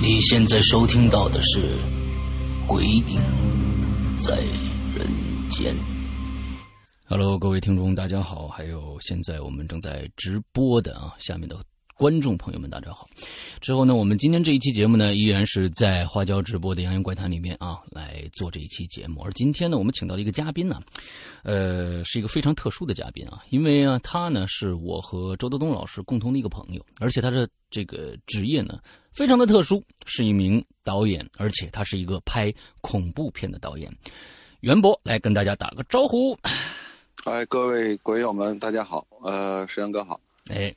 你现在收听到的是《鬼影在人间》。Hello，各位听众，大家好！还有现在我们正在直播的啊，下面的观众朋友们，大家好。之后呢，我们今天这一期节目呢，依然是在花椒直播的《洋洋怪谈》里面啊来做这一期节目。而今天呢，我们请到了一个嘉宾呢、呃，是一个非常特殊的嘉宾啊，因为啊，他呢是我和周德东老师共同的一个朋友，而且他的这个职业呢非常的特殊，是一名导演，而且他是一个拍恐怖片的导演。袁博来跟大家打个招呼。哎，各位鬼友们，大家好，呃，石阳哥好，哎，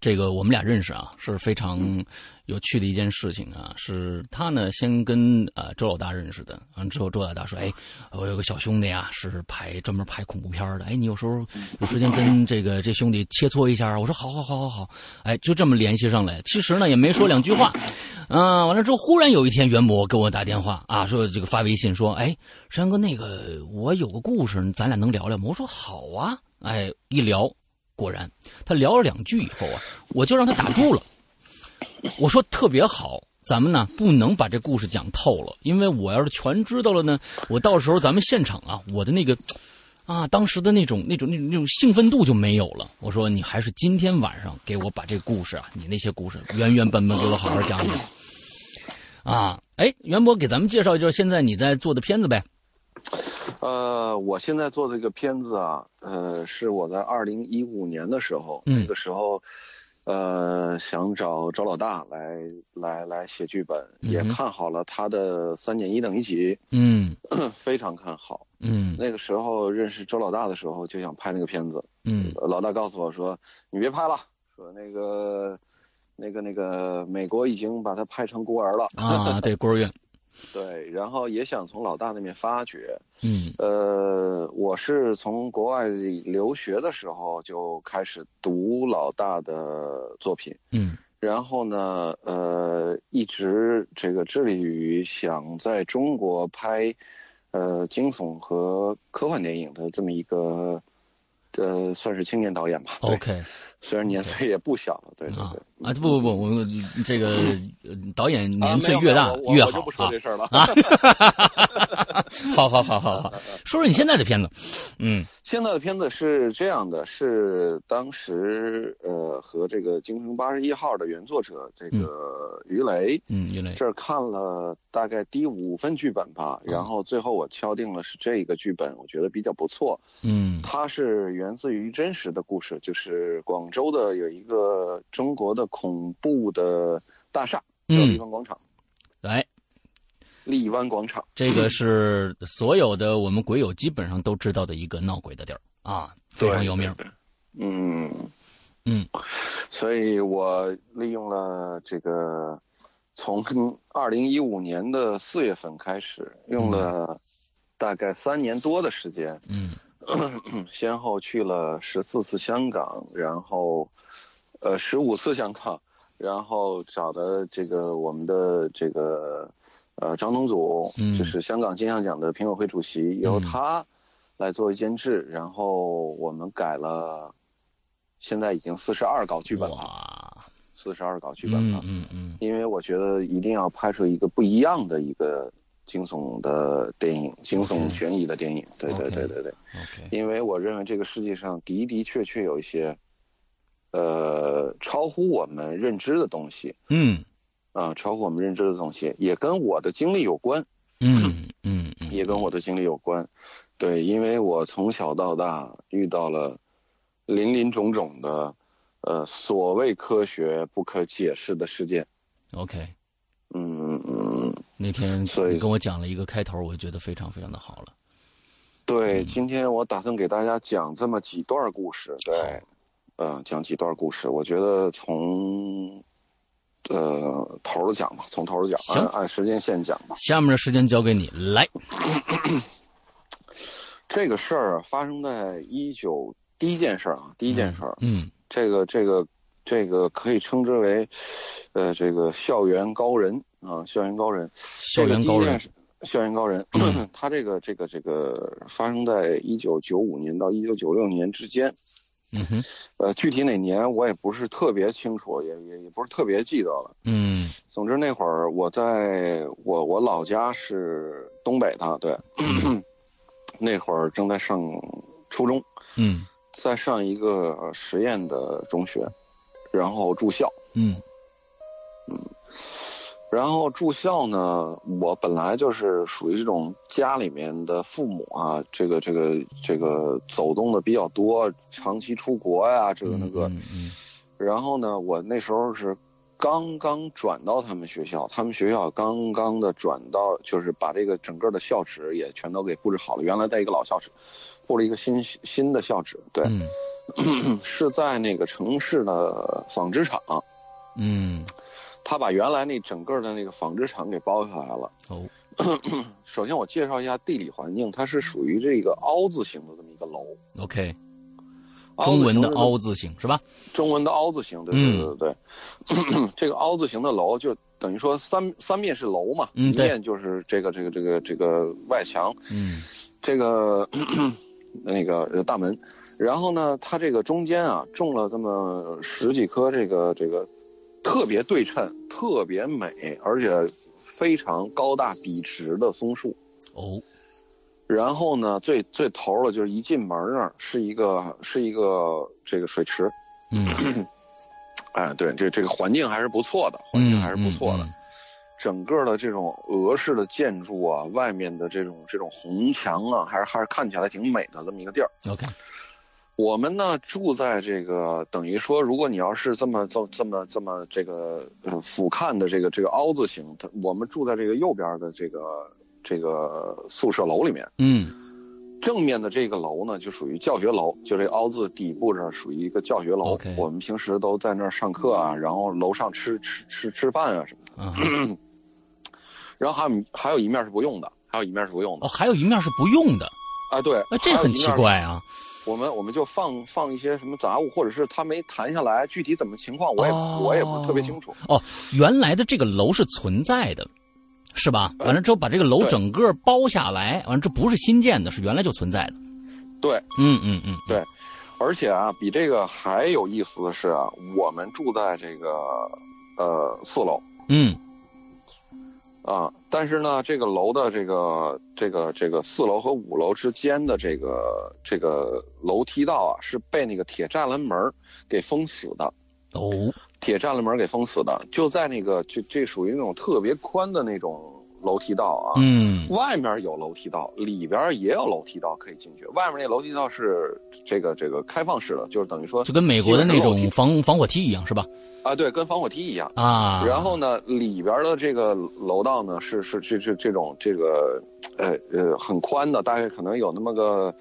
这个我们俩认识啊，是非常有趣的一件事情啊。是他呢先跟呃周老大认识的，完之后周老大说：“哎，我有个小兄弟啊，是拍专门拍恐怖片儿的。哎，你有时候有时间跟这个这兄弟切磋一下啊。”我说：“好好好好好。”哎，就这么联系上来。其实呢也没说两句话，啊，完了之后忽然有一天袁博给我打电话啊，说这个发微信说：“哎，山哥，那个我有个故事，咱俩能聊聊吗？”我说：“好啊。”哎，一聊果然，他聊了两句以后啊，我就让他打住了。我说特别好，咱们呢不能把这故事讲透了，因为我要是全知道了呢，我到时候咱们现场啊，我的那个啊当时的那种那种那种那种兴奋度就没有了。我说你还是今天晚上给我把这个故事啊，你那些故事原原本本给我好好讲讲。啊，哎，袁博给咱们介绍一下现在你在做的片子呗。呃，我现在做这个片子啊，呃，是我在二零一五年的时候，嗯那个时候，呃，想找周老大来来来写剧本，嗯哼也看好了他的三点一等一集，嗯非常看好。嗯那个时候认识周老大的时候，就想拍那个片子，嗯呃老大告诉我说，你别拍了，说那个。那个那个，美国已经把它拍成孤儿了，啊，对，孤儿院，对，然后也想从老大那边发掘，嗯呃，我是从国外留学的时候就开始读老大的作品，嗯然后呢，呃，一直这个致力于想在中国拍，呃，惊悚和科幻电影的这么一个，呃，算是青年导演吧。对，OK。虽然年岁也不小了，对对啊对。啊！不不不，我这个呃导演啊年岁没有越没大有我越我就好不说这事儿了。啊！好好好好好，嗯说说你现在的片子，嗯现在的片子是这样的，是当时呃和这个《京城八十一号》的原作者这个于雷，嗯，原来这儿看了大概第五份剧本吧，然后最后我敲定了是这个剧本，我觉得比较不错。嗯它是源自于真实的故事，就是广州的有一个中国的恐怖的大厦，叫嗯荔湾广场，来，荔湾广场。这个是所有的我们鬼友基本上都知道的一个闹鬼的地儿啊，非常有名。嗯，嗯所以我利用了这个，从二零一五年的四月份开始，用了大概三年多的时间，嗯先后去了十四次香港，然后，呃，十五次香港，然后找的这个我们的这个，呃，张东祖，嗯就是香港金像奖的评委会主席，由嗯他来作为监制，然后我们改了，现在已经四十二稿剧本了，哇，四十二稿剧本啊嗯嗯了，嗯因为我觉得一定要拍出一个不一样的一个惊悚的电影，惊悚 OK 悬疑的电影，对对 OK 对对对。 ，OK，因为我认为这个世界上的的确确有一些，呃，超乎我们认知的东西嗯啊、超乎我们认知的东西，也跟我的经历有关，嗯嗯嗯，也跟我的经历有关。对，因为我从小到大遇到了林林种种的，呃，所谓科学不可解释的事件。 OK，嗯嗯，那天所以你跟我讲了一个开头，我就觉得非常非常的好了。嗯对，今天我打算给大家讲这么几段故事，对，嗯，讲几段故事，我觉得从。呃，头儿讲吧，从头儿讲，行按按时间线讲吧。下面的时间交给你，来，这个事儿啊，发生在一九第一件事儿啊，第一件事儿，嗯这个这个这个可以称之为，呃，这个校园高人啊，校园高人，校园高人，嗯这个第一件事，校园高人， 他这个这个这个发生在一九九五年到一九九六年之间，嗯哼，呃，具体哪年我也不是特别清楚，也也也不是特别记得了。嗯总之那会儿我在我我老家是东北的，对， 那会儿正在上初中，嗯在上一个实验的中学，然后住校。嗯然后住校呢，我本来就是属于这种家里面的父母啊，这个这个这个走动的比较多，长期出国呀、这个那个。嗯嗯然后呢，我那时候是刚刚转到他们学校，他们学校刚刚的转到，就是把这个整个的校址也全都给布置好了。原来在一个老校址，布了一个新新的校址，对，嗯 是在那个城市的纺织厂，嗯，他把原来那整个的那个纺织厂给包下来了。哦，首先我介绍一下地理环境，它是属于这个凹字形的这么一个楼， OK，中文的凹凹字形字形是吧？是，中文的凹字形，对嗯对对对对， 这个凹字形的楼就等于说三三面是楼嘛，嗯一对面就是这个这个这个这个外墙，嗯这个 那个呃大门，然后呢，它这个中间啊种了这么十几棵这个这个特别对称、特别美，而且非常高大笔直的松树。哦，然后呢，最最头儿了就是一进门那儿是一个是一个这个水池，嗯，哎，对，这这个环境还是不错的，环境还是不错的。嗯嗯整个的这种俄式的建筑啊，外面的这种这种红墙啊，还是还是看起来挺美的这么一个地儿。嗯 OK，我们呢住在这个，等于说，如果你要是这么这这么这么这个呃俯瞰的这个这个凹字形，它我们住在这个右边的这个这个宿舍楼里面，嗯正面的这个楼呢就属于教学楼，就这个凹字底部这儿属于一个教学楼。 OK 嗯我们平时都在那儿上课啊，然后楼上吃吃吃吃饭啊什么的。啊，然后还有还有一面是不用的，还有一面是不用的。哦，还有一面是不用的，啊，对，那这还有一很面奇是怪啊。我们我们就放放一些什么杂物，或者是他没谈下来，具体怎么情况我也、哦我也不是特别清楚。哦，原来的这个楼是存在的，是吧？完了之后把这个楼呃对整个包下来，完了这不是新建的，是原来就存在的。对，嗯嗯嗯，对而且啊，比这个还有意思的是啊，我们住在这个呃四楼嗯啊，但是呢，这个楼的这个这个这个四楼和五楼之间的这个这个楼梯道啊，是被那个铁栅栏门儿给封死的。哦，铁栅栏门儿给封死的，就在那个这这属于那种特别宽的那种楼梯道啊，嗯外面有楼梯道，里边也有楼梯道可以进去。外面那楼梯道是这个这个开放式的，就是等于说就跟美国的那基种本防防火梯一样，是吧？啊，对，跟防火梯一样。啊，然后呢，里边的这个楼道呢是是这这这种这个呃呃很宽的，大概可能有那么个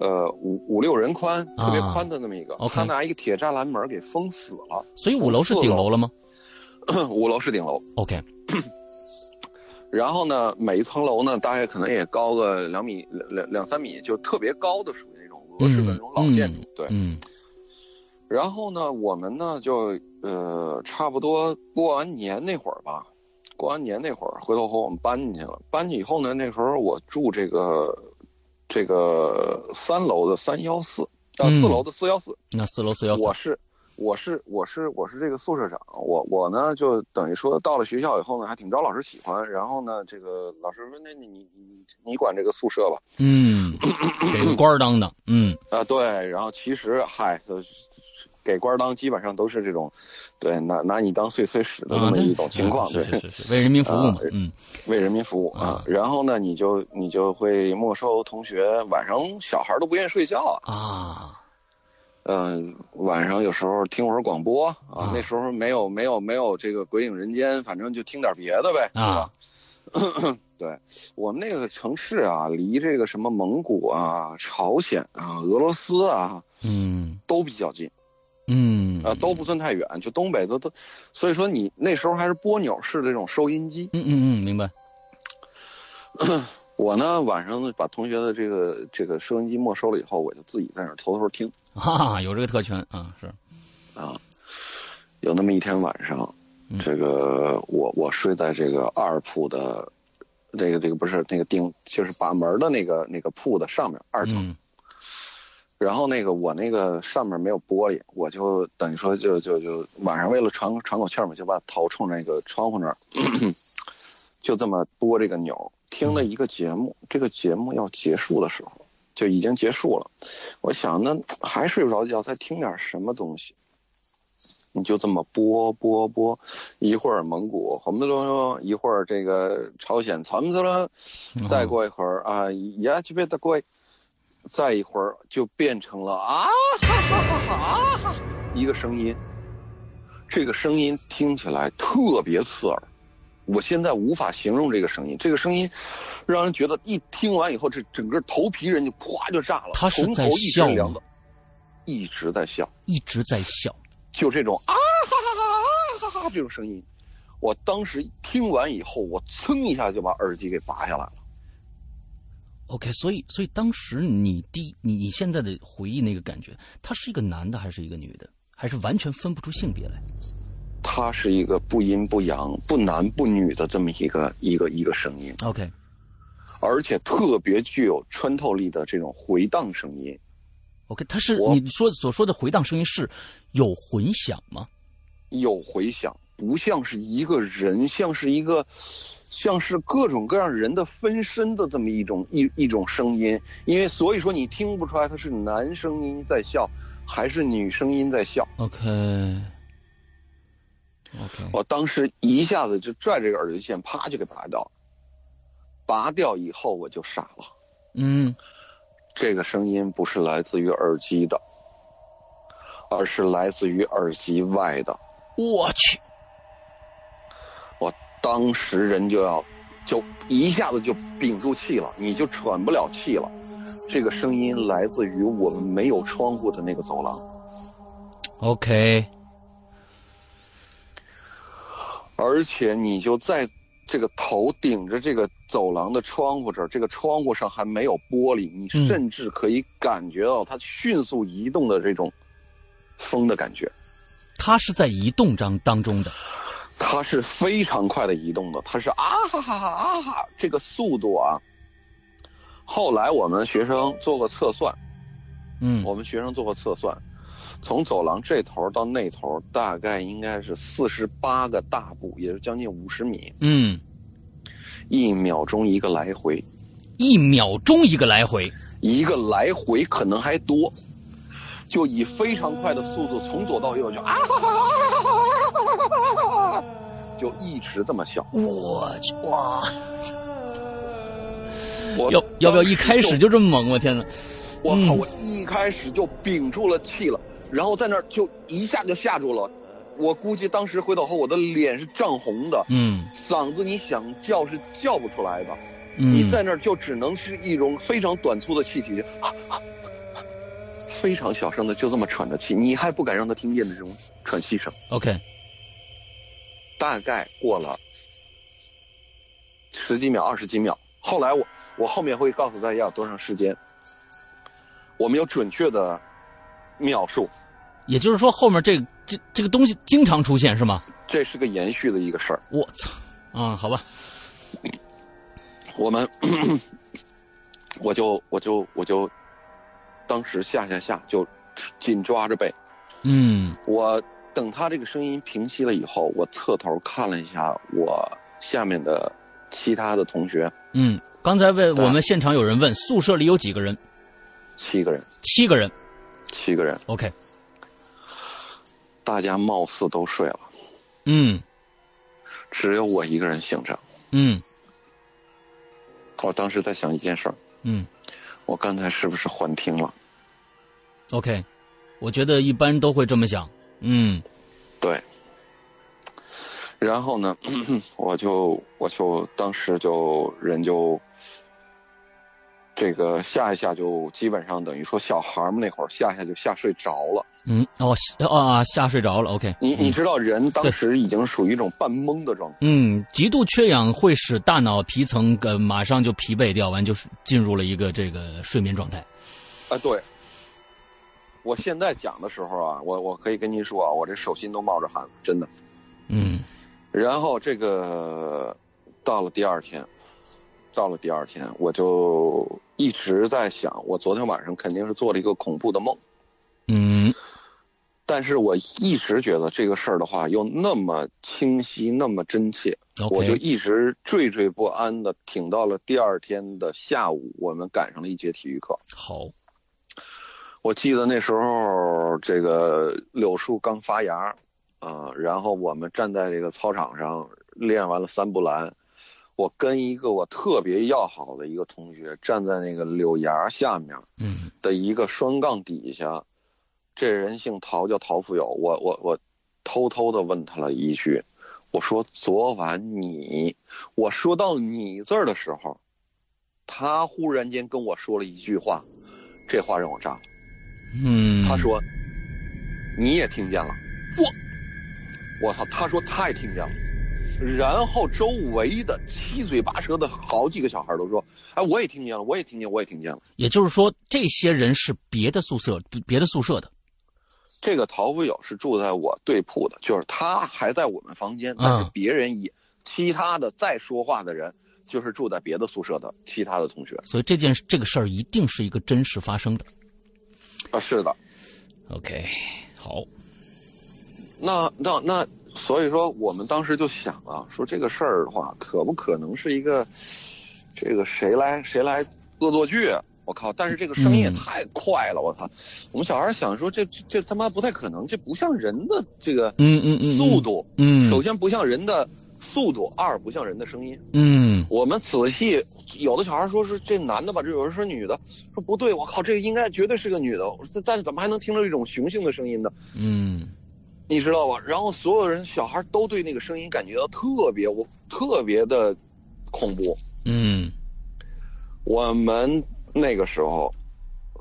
呃五五六人宽，啊特别宽的那么一个。 OK 他拿一个铁栅栏门给封死了，所以五楼是顶楼了吗 五楼是顶楼。 ？OK，然后呢，每一层楼呢，大概可能也高个两米两两两三米，就特别高的，属于那种俄式的那种老建筑。对，嗯然后呢，我们呢就呃，差不多过完年那会儿吧，过完年那会儿，回头和我们搬进去了。搬进去以后呢，那时候我住这个这个三楼的三幺四，呃，嗯四楼的四幺四，那四楼四幺四我是。我是我是我是这个宿舍长，我我呢就等于说到了学校以后呢，还挺招老师喜欢。然后呢，这个老师说，那你你你你管这个宿舍吧，嗯，给个官儿当的，嗯啊，对，然后其实嗨，呃给官儿当基本上都是这种，对，拿拿你当碎碎屎的这啊，么对一种情况，是对，是是是为人民服务嘛啊，嗯 为人民服务啊啊。然后呢，你就你就会没收同学晚上小孩儿都不愿意睡觉啊，啊，嗯、晚上有时候听会儿广播啊，那时候没有没有没有这个《鬼影人间》，反正就听点别的呗，是吧啊？对我们那个城市啊，离这个什么蒙古啊、朝鲜啊、俄罗斯啊嗯都比较近，嗯啊，都不算太远，就东北都都，所以说你那时候还是波钮式的这种收音机。嗯嗯嗯，明白。我呢晚上呢把同学的这个这个收音机没收了以后，我就自己在那儿偷偷听。哈、哈，有这个特权啊，是，有那么一天晚上嗯，这个我我睡在这个二铺的，这个这个不是那个顶，就是把门的那个那个铺的上面二层。嗯然后那个我那个上面没有玻璃，我就等于说就就就晚上为了喘喘口气儿嘛，就把头冲那个窗户那儿， 就这么拨这个钮儿，听了一个节目，这个节目要结束的时候就已经结束了。我想那还睡不着觉，再听点什么东西。你就这么播播播，一会儿蒙古红不隆咚，一会儿这个朝鲜咱们这了，再过一会儿啊，也就别再过一再一会儿就变成了啊哈哈哈哈啊哈一个声音，这个声音听起来特别刺耳，我现在无法形容这个声音，这个声音让人觉得一听完以后，这整个头皮人就咵就炸了，他是从在头一直笑凉吗到，一直在笑，一直在笑，就这种啊哈哈哈啊哈哈这种声音，我当时听完以后，我噌一下就把耳机给拔下来了。 OK，所以所以当时你第你你现在的回忆那个感觉，他是一个男的还是一个女的，还是完全分不出性别来？它是一个不阴不阳、不男不女的这么一个一个一个声音， OK，而且特别具有穿透力的这种回荡声音。 OK，他是我你说所说的回荡声音是有混响吗？有回响，不像是一个人，像是一个，像是各种各样人的分身的这么一种一一种声音。因为所以说你听不出来它是男声音在笑，还是女声音在笑。 OK，OK，我当时一下子就拽这个耳机线，啪就给拔掉了。拔掉以后我就傻了。嗯这个声音不是来自于耳机的，而是来自于耳机外的。我去，我当时人就要，就一下子就屏住气了，你就喘不了气了。这个声音来自于我们没有窗户的那个走廊， ，OK，而且你就在这个头顶着这个走廊的窗户这儿，这个窗户上还没有玻璃，你嗯甚至可以感觉到它迅速移动的这种风的感觉。他是在移动当当中的。它是非常快的移动的，它是啊哈哈哈啊哈这个速度啊。后来我们学生做过测算，嗯我们学生做过测算，从走廊这头到那头大概应该是四十八个大步，也是将近五十米，嗯，一秒钟一个来回，一秒钟一个来回。一个来回可能还多，就以非常快的速度从左到右就啊哈哈哈啊哈哈哈啊哈哈，就一直这么笑。我去哇！我要要不要一开始就这么猛？我天哪！我靠！嗯我一开始就屏住了气了，然后在那儿就一下就吓住了。我估计当时回头后，我的脸是涨红的，嗯嗓子你想叫是叫不出来的，嗯，你在那儿就只能是一种非常短促的气体，啊啊啊非常小声的就这么喘着气，你还不敢让他听见的这种喘息声。 OK，大概过了十几秒、二十几秒。后来我我后面会告诉大家有多长时间，我们有准确的秒数，也就是说后面这个这这个东西经常出现是吗？这是个延续的一个事儿。我操！啊，好吧，我们， 我就我就我就，当时下下下就紧抓着背。嗯我等他这个声音平息了以后，我侧头看了一下我下面的其他的同学，嗯，刚才问对啊我们现场有人问宿舍里有几个人？七个人，七个人。七个人， OK，大家貌似都睡了。嗯只有我一个人醒着。嗯我当时在想一件事儿，嗯我刚才是不是幻听了？ ，OK，我觉得一般都会这么想。嗯，对。然后呢， 我就我就当时就人就这个吓一下，就基本上等于说小孩儿们那会儿吓一下就吓睡着了。嗯，哦，吓啊，吓睡着了。OK，你你嗯知道，人当时已经属于一种半懵的状态。嗯，极度缺氧会使大脑皮层呃马上就疲惫掉，完就是进入了一个这个睡眠状态。啊，对。我现在讲的时候啊，我我可以跟您说啊，我这手心都冒着汗，真的。嗯然后这个到了第二天，到了第二天，我就一直在想，我昨天晚上肯定是做了一个恐怖的梦，嗯但是我一直觉得这个事儿的话又那么清晰，那么真切，我就，OK，一直惴惴不安的挺到了第二天的下午，我们赶上了一节体育课。好，我记得那时候这个柳树刚发芽，啊、然后我们站在这个操场上练完了三步栏，我跟一个我特别要好的一个同学站在那个柳芽下面嗯的一个双杠底下，这人姓陶，叫陶富有。我我我偷偷的问他了一句，我说昨晚你，我说到你字儿的时候，他忽然间跟我说了一句话，这话让我炸了。嗯，他说：“你也听见了。”我，我操！他说他也听见了，然后周围的七嘴八舌的好几个小孩都说：“哎，我也听见了，我也听见，我也听见了。也就是说，这些人是别的宿舍别的宿舍的。”这个陶富友是住在我对铺的，就是他还在我们房间，但嗯是别人也，其他的再说话的人就是住在别的宿舍的其他的同学所以这件这个事儿一定是一个真实发生的。啊，是的， OK，好，那那那，所以说我们当时就想啊，说这个事儿的话，可不可能是一个这个谁来谁来恶作剧？啊我靠！但是这个声音也嗯太快了，我操！我们小孩儿想说这这这他妈不太可能，这不像人的这个嗯嗯嗯，速，度，嗯首先不像人的速度，二不像人的声音。嗯我们仔细，有的小孩说是这男的吧，这有人说女的，说不对，我靠，这个应该绝对是个女的，我说但是怎么还能听到一种雄性的声音呢？嗯你知道吧？然后所有人小孩都对那个声音感觉到特别，我特别的恐怖。嗯我们那个时候，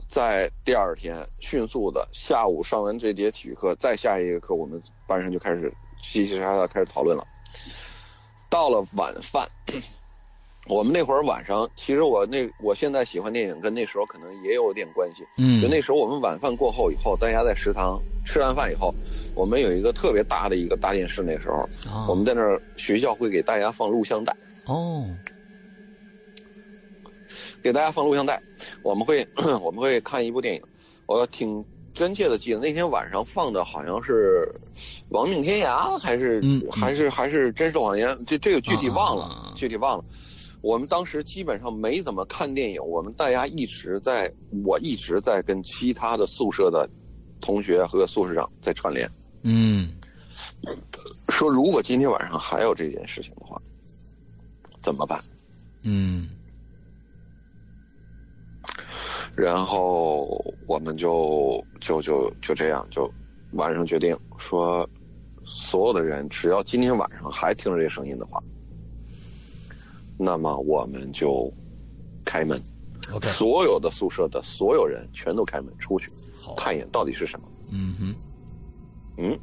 在第二天迅速的下午上完这节体育课，再下一个课，我们班上就开始嘻嘻哈哈开始讨论了。到了晚饭， 我们那会儿晚上，其实我那我现在喜欢电影，跟那时候可能也有点关系。嗯，就那时候我们晚饭过后以后，大家在食堂吃完饭以后，我们有一个特别大的一个大电视。那时候啊我们在那儿学校会给大家放录像带，哦，给大家放录像带，我们会 我们会看一部电影。我挺真切的记得那天晚上放的好像是《亡命天涯》还是、嗯嗯还是还是《真实谎言》，这这个具体忘了，啊啊啊啊具体忘了。我们当时基本上没怎么看电影，我们大家一直在，我一直在跟其他的宿舍的同学和宿舍长在串联，嗯说如果今天晚上还有这件事情的话，怎么办？嗯然后我们就就就就这样，就晚上决定说，所有的人只要今天晚上还听着这声音的话，那么我们就开门， ，OK，所有的宿舍的所有人全都开门出去好，看一眼到底是什么。嗯哼，嗯，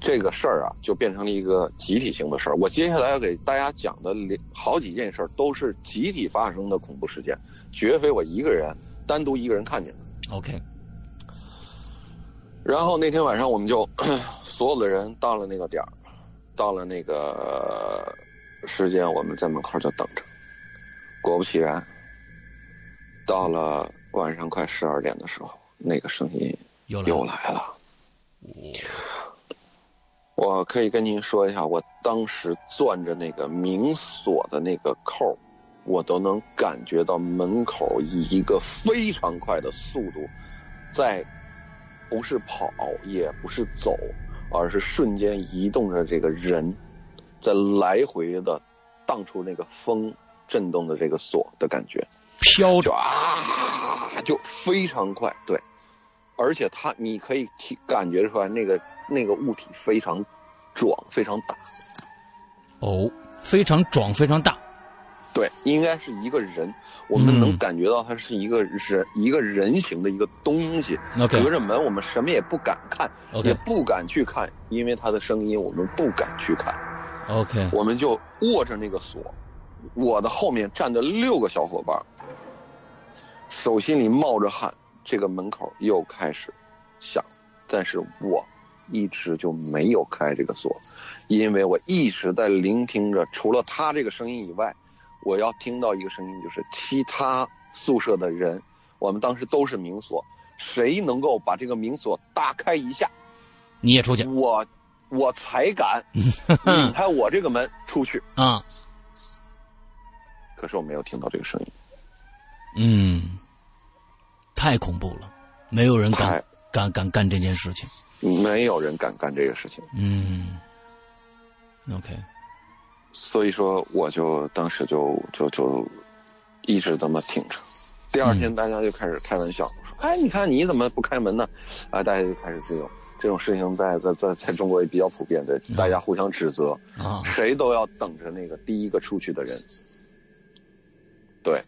这个事儿啊，就变成了一个集体性的事儿。我接下来要给大家讲的两好几件事儿都是集体发生的恐怖事件，绝非我一个人单独一个人看见的。 ，OK，然后那天晚上我们就 所有的人到了那个点儿，到了那个呃时间，我们在门口就等着。果不其然，到了晚上快十二点的时候，那个声音又来又了，哦来了。我可以跟您说一下，我当时攥着那个明锁的那个扣儿，我都能感觉到门口以一个非常快的速度，在不是跑也不是走，而是瞬间移动着这个人，在来回的荡出那个风震动的这个锁的感觉。飘就着，啊，就非常快，对，而且它你可以体感觉出来那个那个物体非常壮，非常大。哦，非常壮，非常大。对，应该是一个人，我们嗯能感觉到它是一个人，一个人形的一个东西。 OK 隔着门，我们什么也不敢看 OK 也不敢去看，因为它的声音我们不敢去看， OK，我们就握着那个锁。我的后面站着六个小伙伴，手心里冒着汗。这个门口又开始响，但是我一直就没有开这个锁，因为我一直在聆听着，除了他这个声音以外，我要听到一个声音，就是其他宿舍的人，我们当时都是明锁，谁能够把这个明锁大开一下，你也出去我我才敢拧开我这个门出去。啊？可是我没有听到这个声音，嗯，太恐怖了，没有人敢太敢敢干这件事情。没有人敢干这个事情，嗯，OK，所以说我就当时就就就一直这么挺着。第二天大家就开始开玩笑，说：“哎，你看你怎么不开门呢？”啊，大家就开始这种这种事情在在在在中国也比较普遍的，大家互相指责，啊，谁都要等着那个第一个出去的人。对。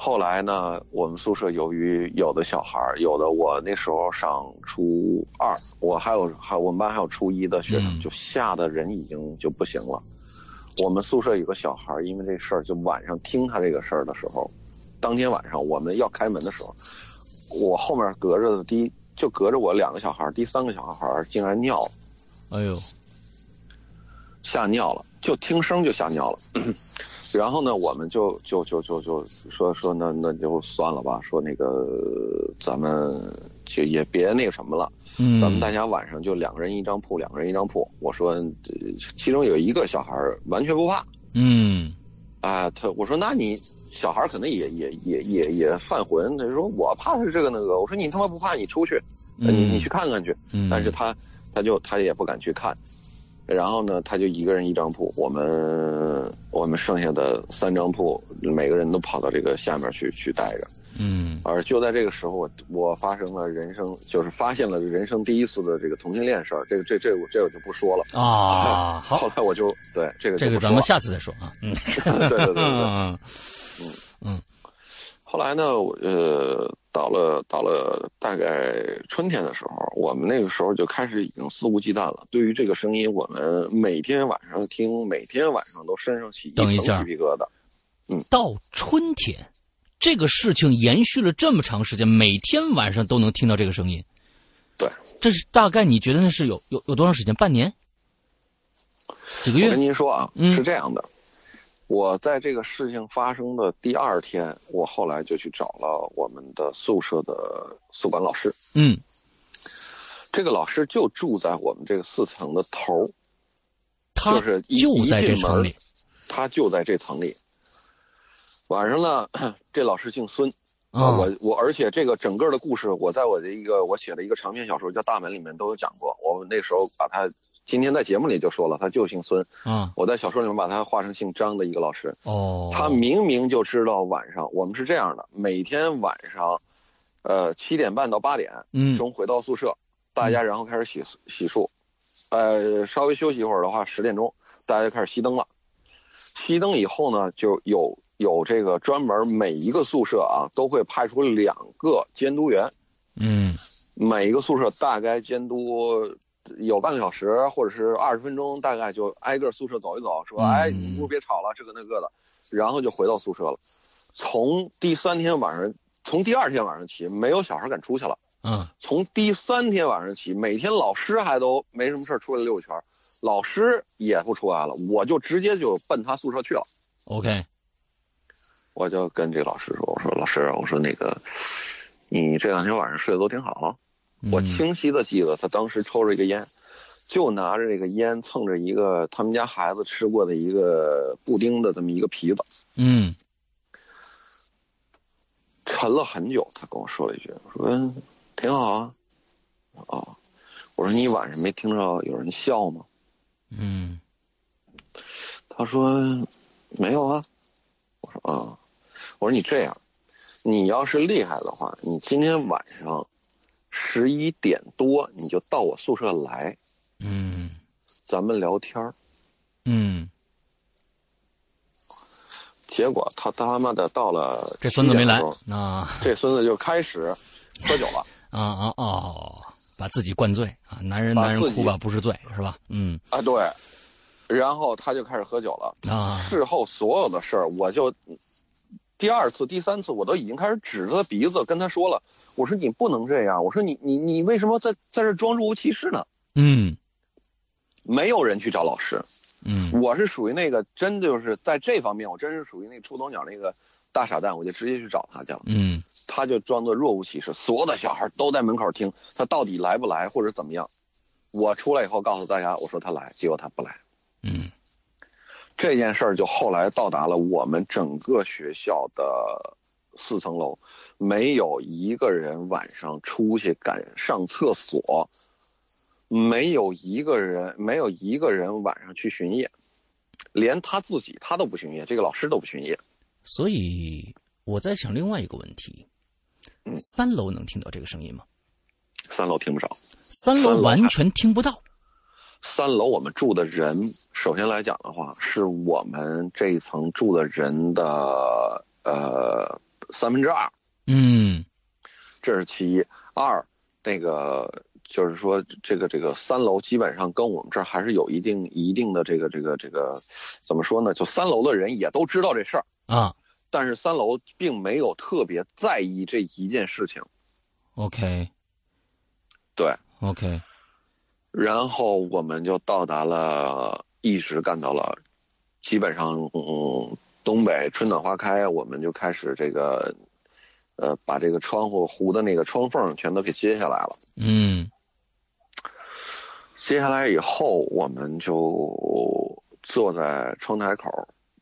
后来呢，我们宿舍由于有的小孩儿，有的我那时候上初二，我还有还我们班还有初一的学嗯生，就吓得人已经就不行了。我们宿舍有个小孩儿，因为这事儿，就晚上听他这个事儿的时候，当天晚上我们要开门的时候，我后面隔着的第一就隔着我两个小孩儿，第三个小孩儿竟然尿了。哎呦，吓尿了，就听声就吓尿了。嗯然后呢，我们就就就就就说说那那就算了吧，说那个咱们就也别那个什么了，嗯，咱们大家晚上就两个人一张铺，两个人一张铺。我说，呃其中有一个小孩儿完全不怕。嗯啊，他我说那你小孩儿可能也也也也也犯浑，他说我怕是这个那个，我说你他妈不怕你出去，呃你嗯你去看看去，嗯，但是他他就他也不敢去看，然后呢，他就一个人一张铺，我们我们剩下的三张铺，每个人都跑到这个下面去去待着。嗯而就在这个时候，我我发生了人生，就是发现了人生第一次的这个同性恋事儿，这个这这我这我就不说了。啊，好，后来我就对这个这个就咱不们说下次再说啊。嗯了对对对对对。嗯后来呢，我呃，到了到了大概春天的时候，我们那个时候就开始已经肆无忌惮了。对于这个声音，我们每天晚上听，每天晚上都身上起一等层一鸡下皮疙瘩。到春天，这个事情延续了这么长时间，每天晚上都能听到这个声音。对，这是大概你觉得那是有有有多长时间？半年？几个我月跟？您说啊，嗯是这样的，我在这个事情发生的第二天，我后来就去找了我们的宿舍的宿管老师，嗯这个老师就住在我们这个四层的头儿，他就是一就在这一进门城里。他就在这层里。晚上呢，这老师姓孙，啊，我我而且这个整个的故事，我在我的一个我写的一个长篇小说叫《大门》里面都有讲过。我那时候把他今天在节目里就说了，他就姓孙。啊我在小说里面把他画成姓张的一个老师，哦，他明明就知道晚上我们是这样的，每天晚上，呃七点半到八点嗯钟回到宿舍，大家然后开始洗洗漱，呃稍微休息一会儿的话，十点钟大家就开始熄灯了。熄灯以后呢，就有有这个专门每一个宿舍啊都会派出两个监督员，嗯每一个宿舍大概监督有半个小时或者是二十分钟，大概就挨个宿舍走一走，说嗯哎，你屋别吵了，这个那个的，然后就回到宿舍了。从第三天晚上，从第二天晚上起，没有小孩敢出去了。啊从第三天晚上起，每天老师还都没什么事儿出来溜一圈儿，老师也不出来了，我就直接就奔他宿舍去了。 ，OK，我就跟这老师说，我说老师，我说那个，你这两天晚上睡得都挺好啊、嗯我清晰的记得他当时抽着一个烟，就拿着这个烟蹭着一个他们家孩子吃过的一个布丁的这么一个皮子，嗯沉了很久。他跟我说了一句：“说嗯挺好啊。”哦，我说你晚上没听着有人笑吗？嗯他说没有啊。我说啊，我说你这样，你要是厉害的话，你今天晚上十一点多你就到我宿舍来，嗯咱们聊天儿。嗯，结果他他妈的到了这孙子没来 7点钟，啊这孙子就开始喝酒了啊啊哦，把自己灌醉啊！男人把男人自己哭吧不是罪是吧？嗯啊，对，然后他就开始喝酒了。啊事后所有的事儿，我就第二次、第三次，我都已经开始指着他鼻子跟他说了，我说你不能这样，我说你你你为什么在在这装若无其事呢？嗯没有人去找老师，嗯我是属于那个真就是在这方面，我真是属于那个出头鸟那个大傻蛋，我就直接去找他去了。嗯他就装作若无其事，所有的小孩都在门口听他到底来不来或者怎么样。我出来以后告诉大家，我说他来，结果他不来。嗯这件事儿就后来到达了我们整个学校的四层楼，没有一个人晚上出去敢上厕所，没有一个人没有一个人晚上去巡夜，连他自己他都不巡夜，这个老师都不巡夜。所以我在想另外一个问题，嗯三楼能听到这个声音吗？三楼听不着，三楼完全听不到。三楼我们住的人，首先来讲的话，是我们这一层住的人的呃三分之二。嗯这是其一。二，那个就是说，这个这个三楼基本上跟我们这儿还是有一定一定的这个这个这个，怎么说呢？就三楼的人也都知道这事儿，啊但是三楼并没有特别在意这一件事情。 ，OK 对， OK，然后我们就到达了，一直干到了，基本上嗯，东北春暖花开，我们就开始这个。呃，把这个窗户糊的那个窗缝全都给揭下来了。嗯接下来以后，我们就坐在窗台口。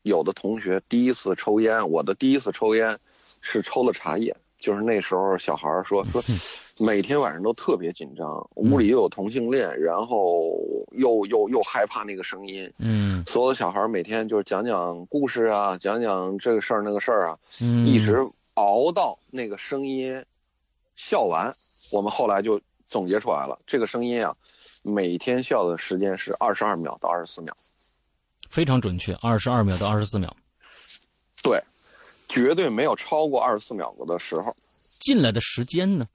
有的同学第一次抽烟，我的第一次抽烟是抽了茶叶，就是那时候小孩儿说说，每天晚上都特别紧张，屋里又有同性恋，然后又又又害怕那个声音。嗯所有的小孩儿每天就是讲讲故事啊，讲讲这个事儿那个事儿啊，嗯，一直熬到那个声音笑完，我们后来就总结出来了，这个声音啊，每天笑的时间是二十二秒到二十四秒，非常准确，二十二秒到二十四秒。对，绝对没有超过二十四秒的时候。进来的时间呢？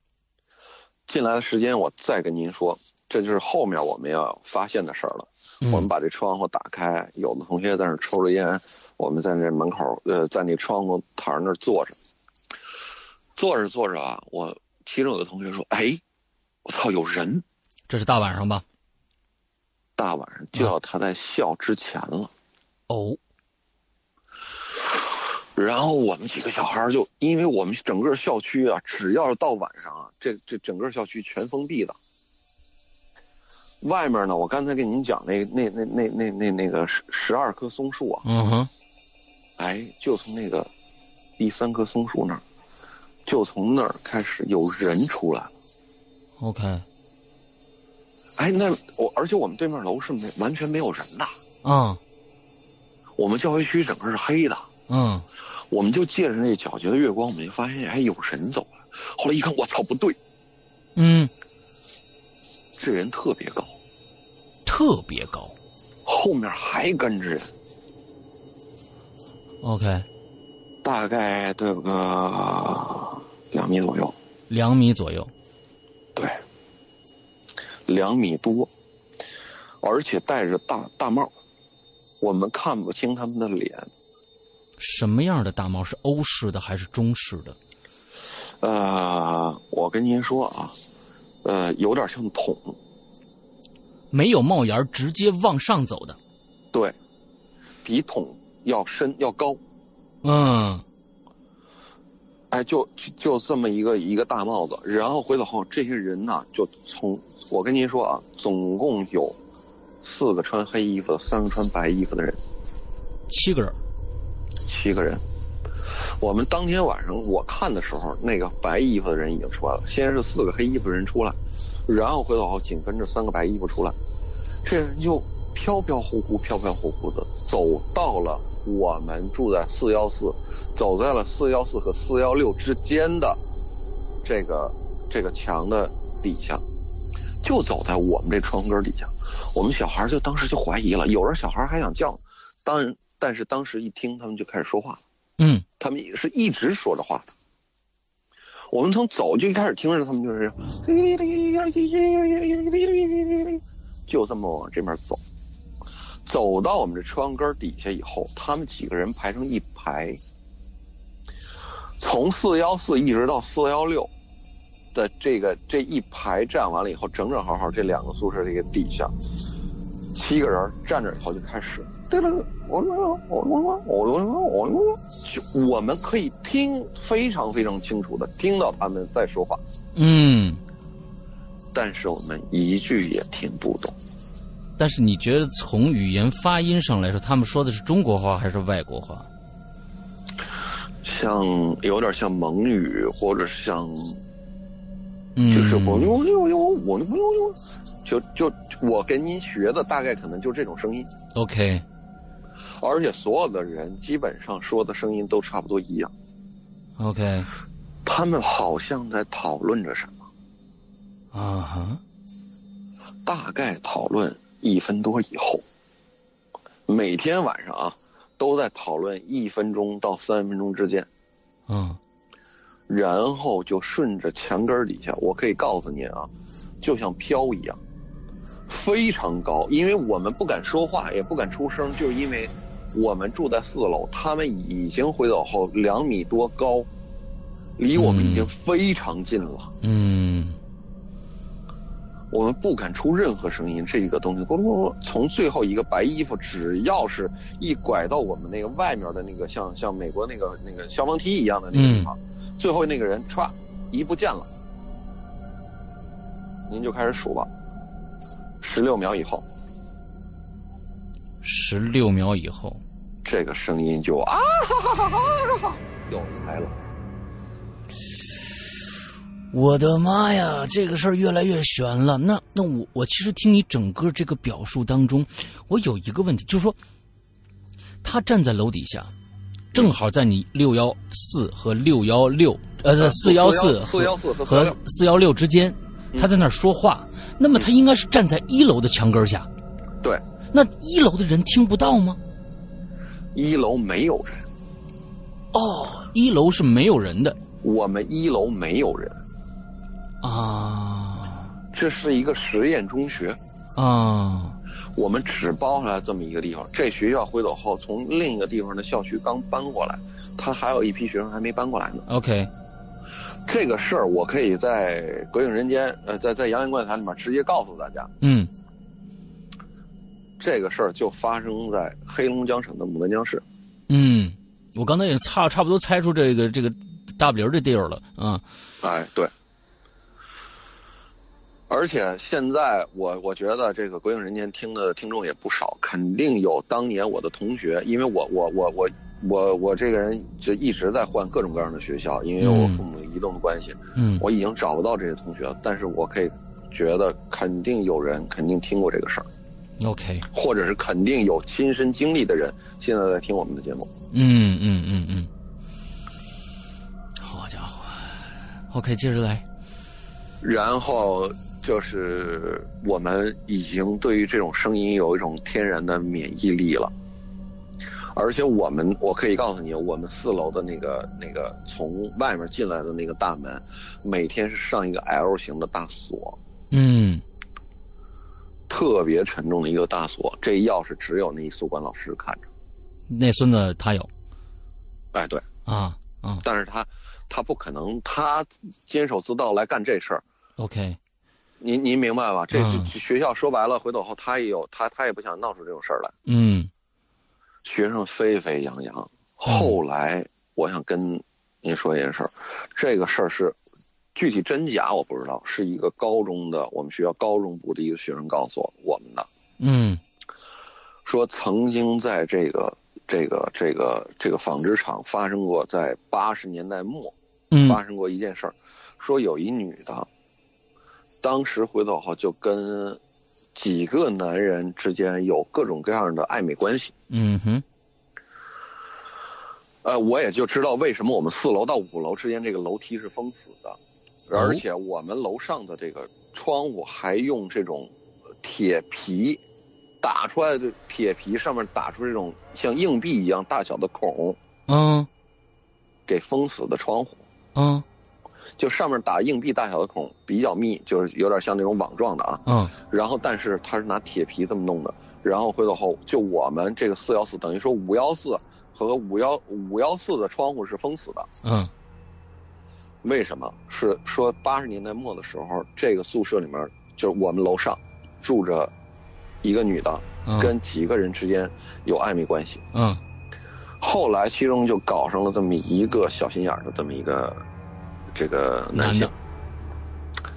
进来的时间我再跟您说，这就是后面我们要发现的事儿了。嗯我们把这窗户打开，有的同学在那儿抽着烟，我们在那门口，呃，在那窗户台儿那儿坐着，坐着坐着啊，我其中有个同学说：“哎，我操，有人！”这是大晚上吧？大晚上就要他在校之前了。哦，然后我们几个小孩儿就，因为我们整个校区啊，只要是到晚上啊，这这整个校区全封闭的。外面呢，我刚才跟您讲那那那那那那那个十十二棵松树啊，嗯哼，哎，就从那个第三棵松树那儿，就从那儿开始有人出来了。 OK 哎，那我而且我们对面楼是没完全没有人的，啊，我们教学区整个是黑的。嗯我们就借着那皎洁的月光，我们就发现哎有人走了。后来一看，我操，不对，嗯，这人特别高，特别高。后面还跟着人， OK，大概得有个两米左右，两米左右。对，两米多，而且戴着大大帽，我们看不清他们的脸。什么样的大帽？是欧式的还是中式的？呃，我跟您说啊，呃，有点像桶，没有帽檐儿，直接往上走的。对，比桶要深要高。嗯哎，就就就这么一个一个大帽子，然后回头后，这些人呐，就从我跟您说啊，总共有四个穿黑衣服的，三个穿白衣服的人，七个人。七个人。我们当天晚上我看的时候，那个白衣服的人已经出来了，先是四个黑衣服的人出来，然后回头后紧跟着三个白衣服出来，这人就飘飘忽忽、飘飘忽忽的走到了我们住在四幺四，走在了四幺四和四幺六之间的这个这个墙的底下，就走在我们这窗户根底下。我们小孩就当时就怀疑了，有人小孩还想叫，当但是当时一听他们就开始说话，嗯他们是一直说着话的。我们从走就一开始听着他们就是，就这么往这边走，走到我们这窗根儿底下以后，他们几个人排成一排，从四幺四一直到四幺六的这个这一排站完了以后，整整好好这两个宿舍这个底下，七个人站着以后就开始，对了，我我我我我我我，就我们可以听非常非常清楚的听到他们在说话，嗯，但是我们一句也听不懂。但是你觉得从语言发音上来说，他们说的是中国话还是外国话？像有点像蒙语，或者是像嗯，就是我我我我我我，就就我跟您学的大概可能就这种声音， OK，而且所有的人基本上说的声音都差不多一样， OK，他们好像在讨论着什么，啊哈，大概讨论一分多以后，每天晚上啊都在讨论一分钟到三分钟之间，嗯然后就顺着墙根儿底下，我可以告诉您啊，就像飘一样，非常高。因为我们不敢说话，也不敢出声，就是因为我们住在四楼，他们已经回走后两米多高，离我们已经非常近了。嗯我们不敢出任何声音，这个东西咕噜咕噜，从最后一个白衣服，只要是一拐到我们那个外面的那个像像美国那个那个消防梯一样的那个地方，嗯最后那个人歘一不见了，您就开始数吧，十六秒以后，十六秒以后，这个声音就啊哈哈哈哈哈哈就来了。我的妈呀，这个事儿越来越悬了。那那我我其实听你整个这个表述当中，我有一个问题，就是说，他站在楼底下，正好在你六幺四和六幺六呃四幺四四幺四和和416四幺六之间，他在那儿说话，那么他应该是站在一楼的墙根下，对，那一楼的人听不到吗？一楼没有人，哦，一楼是没有人的我们一楼没有人，啊这是一个实验中学。啊，我们只包下来这么一个地方。这学校回走后，从另一个地方的校区刚搬过来，他还有一批学生还没搬过来呢。 OK，这个事儿我可以在《鬼影人间》呃，在在《扬言怪谈》里面直接告诉大家，嗯这个事儿就发生在黑龙江省的牡丹江市。嗯，我刚才也差差不多猜出这个这个大不灵儿这地儿了啊，哎，对。而且现在我我觉得这个《鬼影人间》听的听众也不少，肯定有当年我的同学，因为我我我我我我这个人就一直在换各种各样的学校，因为我嗯父母移动的关系，嗯我已经找不到这些同学了。但是我可以觉得肯定有人肯定听过这个事儿， ，OK，或者是肯定有亲身经历的人现在在听我们的节目。嗯嗯嗯嗯，好家伙，OK，接着来，然后就是我们已经对于这种声音有一种天然的免疫力了，而且我们我可以告诉你，我们四楼的那个那个从外面进来的那个大门，每天是上一个 L 型的大锁，嗯特别沉重的一个大锁，这钥匙只有那一宿管老师看着。那孙子他有哎，对，啊啊但是他他不可能，他监守自盗来干这事儿， ，OK，您您明白吧？这是嗯这学校说白了，回头后他也有他他也不想闹出这种事儿来。嗯学生沸沸扬扬。后来我想跟您说一件事儿，这个事儿是具体真假我不知道，是一个高中的我们学校高中部的一个学生告诉我我们的，嗯说曾经在这个这个这个这个纺织厂发生过，在八十年代末嗯发生过一件事儿，说有一女的，当时回头后就跟几个男人之间有各种各样的暧昧关系。嗯哼，呃，我也就知道为什么我们四楼到五楼之间这个楼梯是封死的，而且我们楼上的这个窗户还用这种铁皮打出来的铁皮上面打出这种像硬币一样大小的孔，嗯给封死的窗户。嗯就上面打硬币大小的孔比较密，就是有点像那种网状的啊。嗯然后，但是它是拿铁皮这么弄的。然后回头后，就我们这个四幺四，等于说五幺四和五幺五幺四的窗户是封死的。嗯为什么？是说八十年代末的时候，这个宿舍里面就是我们楼上住着一个女的，嗯，跟几个人之间有暧昧关系。嗯后来其中就搞上了这么一个小心眼儿的这么一个这个男性男，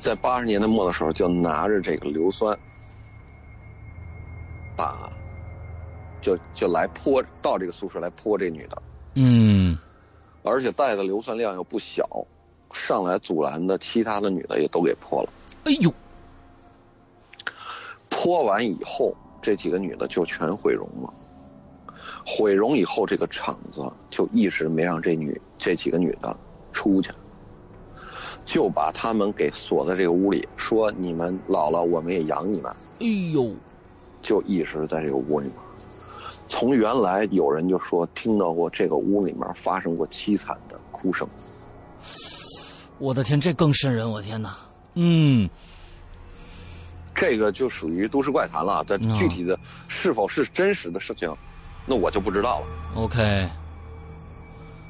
在八十年代末的时候就拿着这个硫酸打，就就来泼到这个宿舍来泼这女的，嗯而且带的硫酸量又不小，上来阻拦的其他的女的也都给泼了。哎呦，泼完以后，这几个女的就全毁容了。毁容以后，这个厂子就一直没让这女这几个女的出去，就把她们给锁在这个屋里，说你们老了，我们也养你们，哎呦，就一直在这个屋里面。从原来有人就说听到过这个屋里面发生过凄惨的哭声，我的天，这更瘆人，我天哪！嗯这个就属于都市怪谈了。啊但嗯具体的是否是真实的事情，那我就不知道了。 ，OK，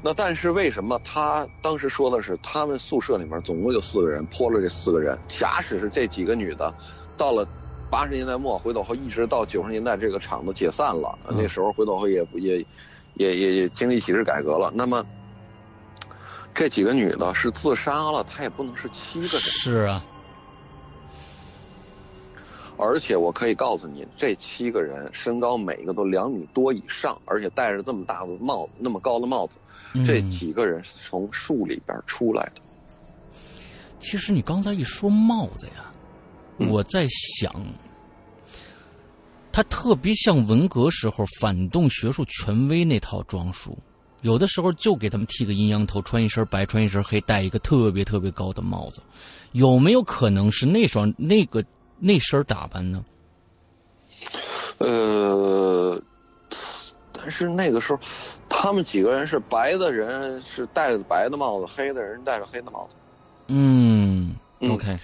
那但是为什么他当时说的是他们宿舍里面总共有四个人，泼了这四个人，假使是这几个女的，到了八十年代末回头后，一直到九十年代这个厂子解散了，嗯那时候回头后也也也也也经历几次改革了，那么。这几个女的是自杀了，她也不能是七个人，是啊，而且我可以告诉你，这七个人身高每一个都两米多以上，而且戴着这么大的帽子，那么高的帽子，嗯这几个人是从树里边出来的。其实你刚才一说帽子呀，嗯我在想，它特别像文革时候反动学术权威那套装束，有的时候就给他们剃个阴阳头，穿一身白，穿一身黑，戴一个特别特别高的帽子，有没有可能是那双那个那身打扮呢？呃，但是那个时候，他们几个人是白的人是戴着白的帽子，黑的人戴着黑的帽子，嗯嗯 o k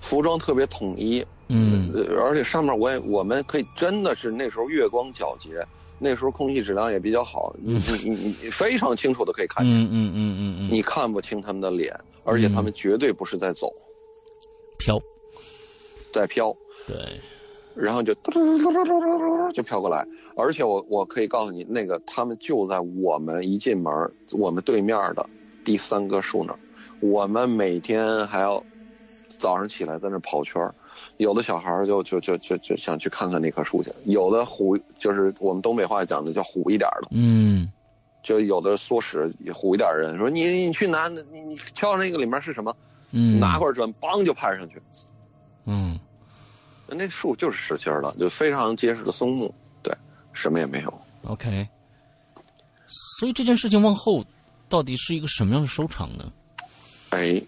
服装特别统一。嗯呃，而且上面我也我们可以真的是那时候月光皎洁，那时候空气质量也比较好，你你你你非常清楚的可以看见，嗯嗯嗯嗯嗯，你看不清他们的脸，而且他们绝对不是在走，嗯飘，在飘。对，然后就嘟嘟嘟嘟嘟嘟嘟嘟就飘过来。而且我我可以告诉你，那个他们就在我们一进门，我们对面的第三棵树那儿。我们每天还要早上起来在那儿跑圈儿，有的小孩儿就就就就就想去看看那棵树去，有的虎就是我们东北话讲的叫虎一点儿的，嗯就有的唆使虎一点儿人说你你去拿你你敲那个里面是什么，嗯，拿块砖梆就拍上去，嗯那树就是实心儿的，就非常结实的松木，对，什么也没有。 OK，所以这件事情往后到底是一个什么样的收场呢？哎，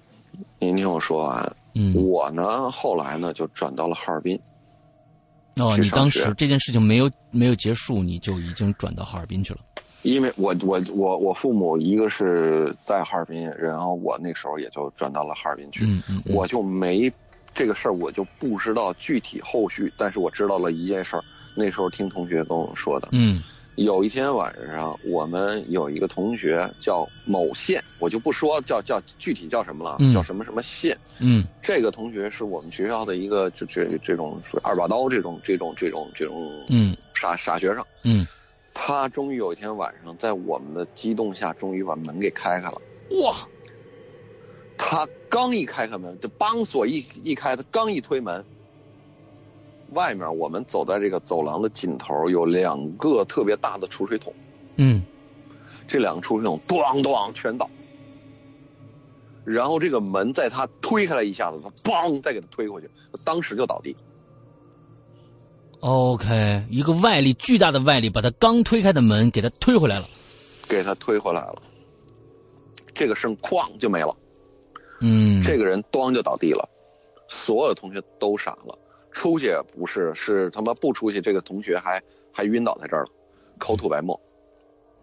您听我说完，嗯，我呢后来呢就转到了哈尔滨，哦，去你上当学时这件事情没有没有结束，你就已经转到哈尔滨去了。因为我我我我父母一个是在哈尔滨，然后我那时候也就转到了哈尔滨去，嗯嗯，嗯我就没这个事儿，我就不知道具体后续，但是我知道了一件事儿，那时候听同学跟我说的，嗯有一天晚上我们有一个同学叫某县，我就不说叫叫具体叫什么了，嗯叫什么什么县。嗯这个同学是我们学校的一个就这这种属于二把刀这种这种这种这种嗯傻傻学生，嗯，他终于有一天晚上在我们的激动下，终于把门给开开了。哇，他刚一开开门，就梆锁一一开，他刚一推门，外面我们走在这个走廊的尽头有两个特别大的储水桶，嗯这两个储水桶咣咣全倒。然后这个门在他推开来一下子，他梆再给他推回去，当时就倒地。 OK，一个外力巨大的外力把他刚推开的门给他推回来了。给他推回来了。这个声哐就没了，嗯，这个人咣就倒地了，所有同学都傻了，出去也不是，是他妈不出去，这个同学还还晕倒在这儿了，口吐白沫。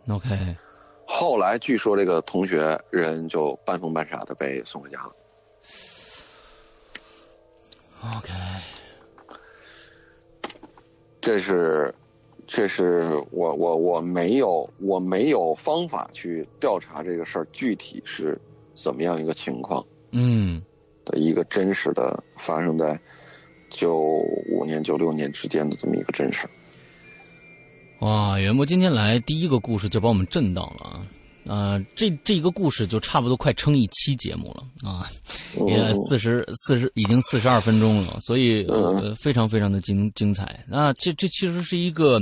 OK，后来据说这个同学人就半疯半傻的被送回家了。 OK，这是，这是我我我没有我没有方法去调查这个事儿具体是怎么样一个情况嗯的一个真实的发生在九五年九六年之间的这么一个真实。哇，袁博今天来第一个故事就把我们震到了啊！呃，这这一个故事就差不多快撑一期节目了啊，也嗯四十四十已经四十二分钟了，所以呃非常非常的精精彩。那这这其实是一个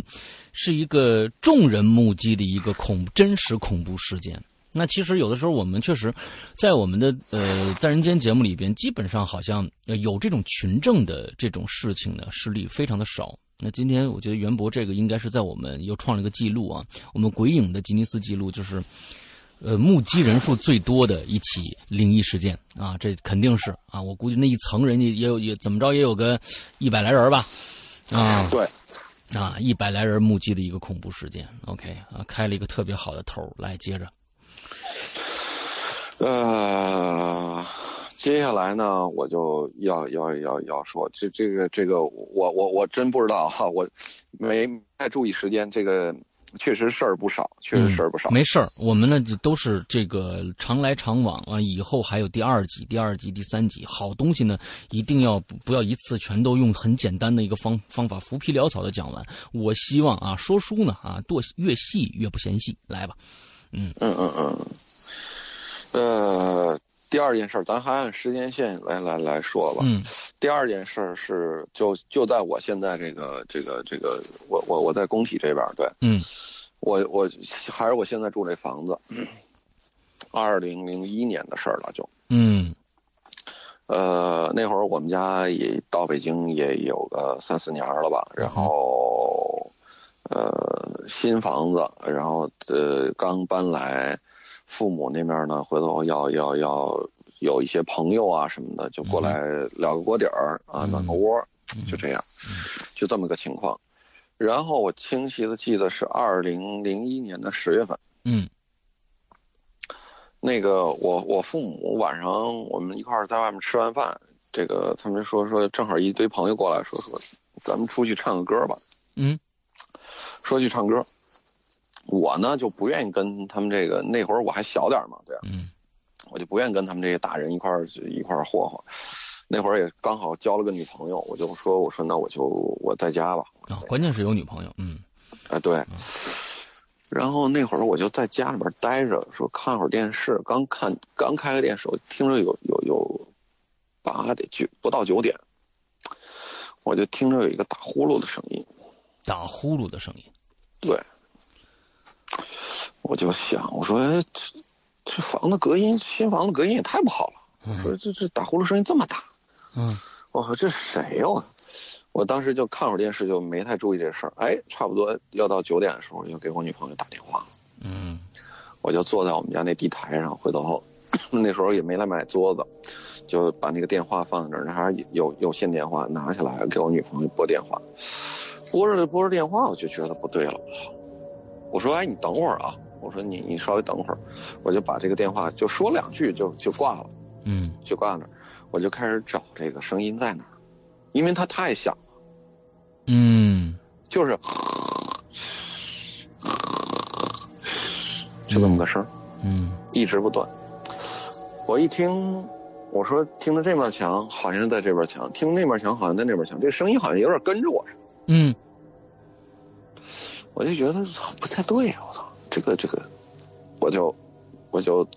是一个众人目击的一个恐真实恐怖事件。那其实有的时候我们确实，在我们的呃在人间节目里边，基本上好像呃有这种群症的这种事情呢，事例非常的少。那今天我觉得袁博这个应该是在我们又创了一个记录啊，我们鬼影的吉尼斯记录就是，呃，目击人数最多的一起灵异事件啊，这肯定是啊，我估计那一层人家也有也怎么着也有个一百来人吧，啊，嗯对，啊，一百来人目击的一个恐怖事件。OK 啊，开了一个特别好的头儿，来接着。呃，接下来呢，我就要要要要说这这个这个，我我我真不知道哈，我没太注意时间，这个确实事儿不少，确实事儿不少。嗯没事儿，我们呢就都是这个常来常往啊，以后还有第二集、第二集、第三集，好东西呢一定要不不要一次全都用很简单的一个方方法，浮皮潦草的讲完。我希望啊，说书呢啊，多越细越不嫌细，来吧。嗯嗯嗯。呃，第二件事儿，咱还按时间线来来来说吧。嗯第二件事儿是就就在我现在这个这个这个，我我我在工体这边儿，对嗯我我还是我现在住这房子，二零零一年的事儿了就。嗯呃，那会儿我们家也到北京也有个三四年了吧，然后，呃，新房子，然后呃刚搬来，父母那边呢，回头要要要有一些朋友啊什么的，就过来聊个锅底儿啊，暖个窝，就这样，就这么个情况。然后我清晰的记得是二零零一年的十月份。嗯那个我我父母晚上我们一块儿在外面吃完饭，这个他们说说正好一堆朋友过来说说，咱们出去唱个歌吧，嗯说去唱歌。我呢就不愿意跟他们这个那会儿我还小点儿嘛，对吧、嗯我就不愿意跟他们这些大人一块儿一块儿霍霍。那会儿也刚好交了个女朋友，我就说我说那我就我在家吧，啊，关键是有女朋友。嗯啊，对。然后那会儿我就在家里边待着，说看会儿电视。刚看，刚开个电视，我听着有有有八点九不到九点，我就听着有一个打呼噜的声音。打呼噜的声音。对，我就想，我说哎这这房子隔音，新房子隔音也太不好了。我说这这打呼噜声音这么大，嗯我说这谁呀、我我当时就看会儿电视，就没太注意这事儿。哎，差不多要到九点的时候，我就给我女朋友打电话了。嗯我就坐在我们家那地台上，回头 后那时候也没来买桌子，就把那个电话放在那儿，那还是有有线电话，拿起来给我女朋友拨电话。拨着拨着电话，我就觉得不对了。我说：“哎，你等会儿啊！”我说你：“你稍微等会儿。”我就把这个电话就说两句就就挂了，嗯就挂那儿。我就开始找这个声音在哪儿，因为它太响了，嗯就是 就这么个声儿。嗯一直不断。我一听，我说听着这面墙好像是在这边墙，听那面墙好像在那边墙，这声音好像有点跟着我似的。嗯我就觉得操不太对呀、啊我操，这个这个，我就我就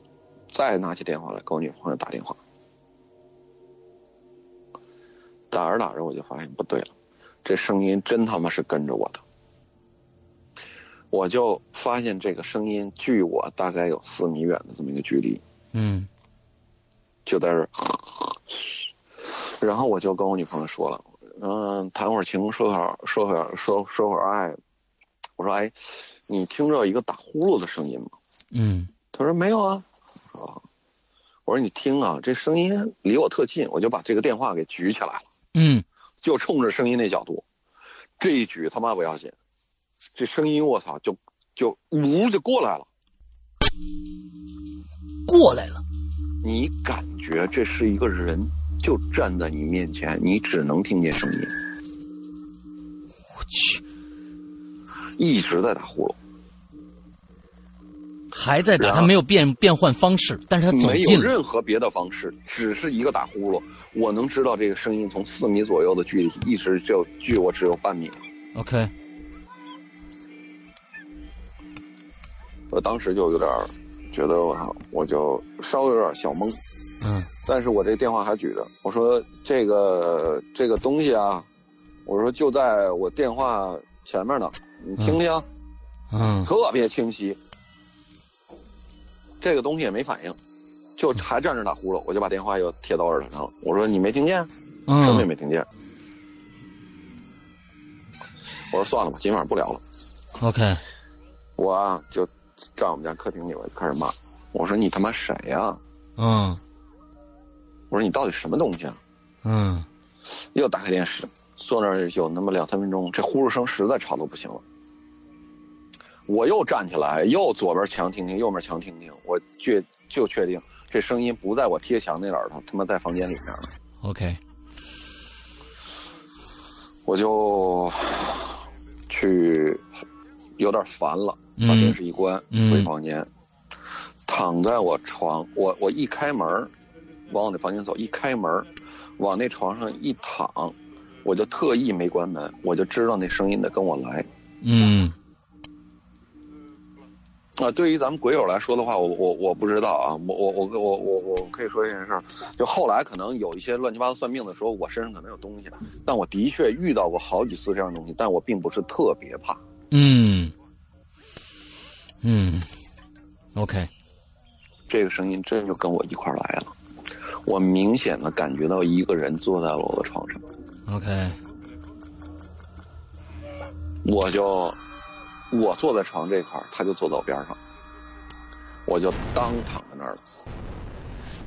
再拿起电话来给我女朋友打电话。打着打着我就发现不对了，这声音真他妈是跟着我的。我就发现这个声音距我大概有四米远的这么一个距离，嗯就在这儿，然后我就跟我女朋友说了，嗯、谈会儿情，说会儿说会儿说说会儿爱。我说哎，你听着一个打呼噜的声音吗？嗯他说没有啊，啊，我说你听啊，这声音离我特近，我就把这个电话给举起来了，嗯，就冲着声音那角度，这一举他妈不要紧，这声音我操就就呜就过来了，过来了，你感觉这是一个人就站在你面前，你只能听见声音，我去，一直在打呼噜。还在打，然后他没有变变换方式，但是他走没有近了，任何别的方式，只是一个打呼噜。我能知道这个声音从四米左右的距离一直就距我只有半米， OK，我当时就有点儿觉得我靠，我就稍微有点小懵。嗯但是我这电话还举着，我说这个这个东西啊，我说就在我电话前面呢，你听听，嗯特别清晰。这个东西也没反应，就还站着打呼噜，我就把电话又贴到耳朵上了。我说你没听见？啊根嗯，本没听见。我说算了吧，今晚不聊了。 ，OK，我啊就站我们家客厅里，我就开始骂。我说你他妈谁呀、嗯我说你到底什么东西啊？嗯又打开电视，坐那儿有那么两三分钟，这呼噜声实在吵得不行了。我又站起来，又左边墙听听，右边墙听听，我确就确定这声音不在我贴墙那耳朵，他妈在房间里面了。 ，OK，我就去有点烦了，把电嗯视一关，嗯回房间，躺在我床，我我一开门，往我那房间走，一开门，往那床上一躺，我就特意没关门，我就知道那声音得跟我来嗯啊、对于咱们鬼友来说的话，我我我不知道啊，我我我我我我可以说一件事儿，就后来可能有一些乱七八糟算命的时候，我身上可能有东西，但我的确遇到过好几次这样的东西，但我并不是特别怕。嗯嗯，OK，这个声音真就跟我一块儿来了。我明显的感觉到一个人坐在了我的床上， OK，我就我坐在床这块儿，他就坐在我边上，我就当躺在那儿了。